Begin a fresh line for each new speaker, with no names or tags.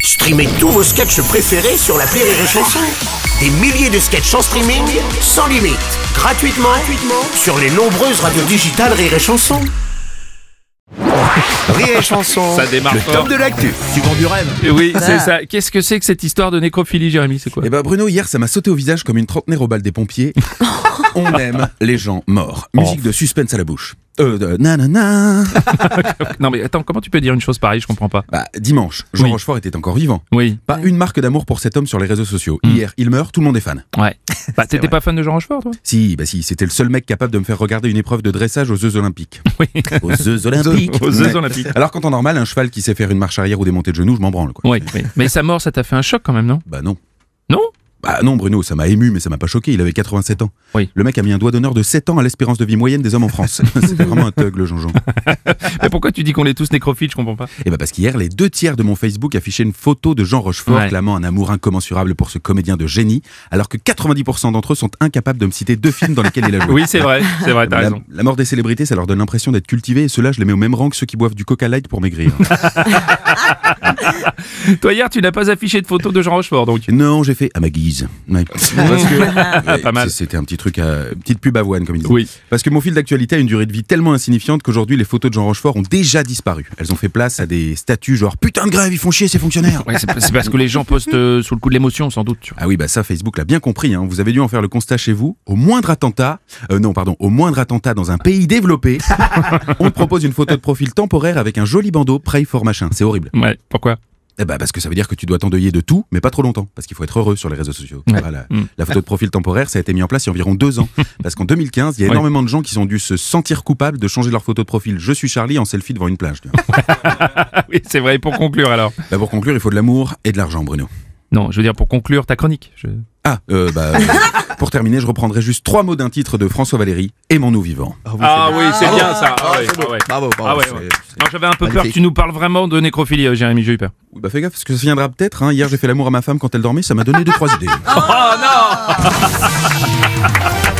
Streamez tous vos sketchs préférés sur la Rire et Chanson. Des milliers de sketchs en streaming, sans limite, gratuitement, gratuitement sur les nombreuses radios digitales Rire et Chanson. Rire et Chanson,
Ça démarre
le
fort.
top de l'actu. Tu vends du rêve
Et Oui, c'est ça. Qu'est-ce que c'est que cette histoire de nécrophilie, Jérémy C'est quoi
Eh ben Bruno, hier, ça m'a sauté au visage comme une trentenaire au bal des pompiers. On aime les gens morts. Musique de suspense à la bouche. Euh, de nanana.
Non, mais attends, comment tu peux dire une chose pareille Je comprends pas.
Bah, dimanche, Jean
Oui.
Rochefort était encore vivant.
Oui,
Pas une marque d'amour pour cet homme sur les réseaux sociaux. Hier, il meurt, tout le monde est fan.
ouais. Bah, t'étais pas fan de Jean Rochefort, toi
Si, bah si, c'était le seul mec capable de me faire regarder une épreuve de dressage aux Jeux Olympiques.
Oui.
Aux Jeux Olympiques.
Aux Jeux
Ouais.
Olympiques.
Alors qu'en temps normal, un cheval qui sait faire une marche arrière ou des montées de genoux, je m'en branle quoi.
Oui, oui. Mais sa mort, ça t'a fait un choc quand même, non
Bah non.
Non
Bah non, Bruno, ça m'a ému, mais ça m'a pas choqué. Il avait 87 ans.
Oui.
Le mec a mis un doigt d'honneur de 7 ans à l'espérance de vie moyenne des hommes en France. C'était vraiment un thug, le Jean-Jean.
Mais pourquoi tu dis qu'on est tous nécrophiles Je comprends pas.
Et bah parce qu'hier, les deux tiers de mon Facebook affichaient une photo de Jean Rochefort
Ouais.
clamant un amour incommensurable pour ce comédien de génie, alors que 90% d'entre eux sont incapables de me citer deux films dans lesquels il a joué.
Oui, c'est vrai, c'est vrai, t'as
La,
raison.
la mort des célébrités, ça leur donne l'impression d'être cultivés, et ceux-là, je les mets au même rang que ceux qui boivent du Coca Light pour maigrir.
Toi, hier, tu n'as pas affiché de photo de Jean Rochefort, donc.
non, j'ai fait à ma guise. Ouais. Parce que-
Pas mal.
C'était un petit truc, à, une petite pub avoine, comme ils disent.
Oui.
Parce que mon fil d'actualité a une durée de vie tellement insignifiante qu'aujourd'hui, les photos de Jean Rochefort ont déjà disparu. Elles ont fait place à des statuts genre putain de grève, ils font chier ces fonctionnaires.
Ouais, c'est c'est parce que les gens postent euh, sous le coup de l'émotion, sans doute. tu vois.
Ah oui, bah ça, Facebook l'a bien compris. hein. Vous avez dû en faire le constat chez vous. Au moindre attentat, euh, non, pardon, au moindre attentat dans un pays développé, on te propose une photo de profil temporaire avec un joli bandeau Pray for machin. C'est horrible.
Ouais, pourquoi
Eh bah parce que ça veut dire que tu dois t'endeuiller de tout, mais pas trop longtemps, parce qu'il faut être heureux sur les réseaux sociaux.
Ouais.
Voilà.
Mm.
La photo de profil temporaire, ça a été mis en place il y a environ deux ans, parce qu'en 2015, il y a
Ouais.
énormément de gens qui ont dû se sentir coupables de changer leur photo de profil. Je suis Charlie en selfie devant une plage. tu vois.
Ah oui, c'est vrai, pour conclure alors.
bah pour conclure, il faut de l'amour et de l'argent, Bruno.
Non, je veux dire, pour conclure ta chronique. je-
Ah, euh, bah, euh, pour terminer, je reprendrai juste trois mots d'un titre de François Valéry, Aimons-nous vivants.
Ah oui, c'est
Bravo.
bien ça. Ah
Ah,
ouais,
c'est beau.
ah ouais.
Bravo,
Ah
bravo.
ouais,
c'est-
ouais.
c'est-
Non, j'avais un peu peur que
Magnifique.
tu nous parles vraiment de nécrophilie, euh, Jérémy, j'ai eu peur.
Oui, Bah fais gaffe, parce que ça viendra peut-être. hein. Hier, j'ai fait l'amour à ma femme quand elle dormait, ça m'a donné deux, trois idées.
Oh non